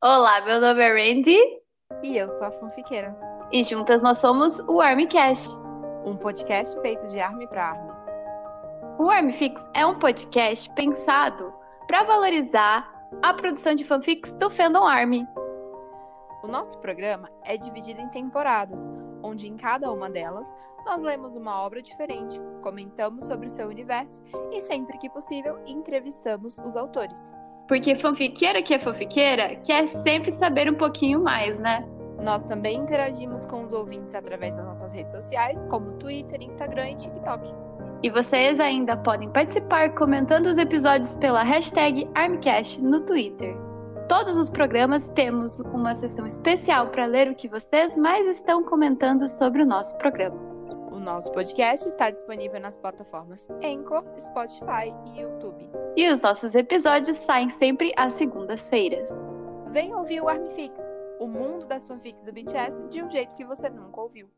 Olá, meu nome é Randy E eu sou a fanfiqueira, e juntas nós somos o ArmyCast. um podcast feito de arma pra arma. O ArmyFix é um podcast pensado para valorizar a produção de fanfics do fandom Army. O nosso programa é dividido em temporadas, onde em cada uma delas nós lemos uma obra diferente, comentamos sobre o seu universo e sempre que possível entrevistamos os autores. Porque fanfiqueira que é fanfiqueira quer sempre saber um pouquinho mais, né? Nós também interagimos com os ouvintes através das nossas redes sociais, como Twitter, Instagram e TikTok. E vocês ainda podem participar comentando os episódios pela hashtag ArmyCast no Twitter. Todos os programas temos uma sessão especial para ler o que vocês mais estão comentando sobre o nosso programa. O nosso podcast está disponível nas plataformas Anchor, Spotify e YouTube. E os nossos episódios saem sempre às segundas-feiras. Vem ouvir o Armfix, o mundo das fanfics do BTS de um jeito que você nunca ouviu.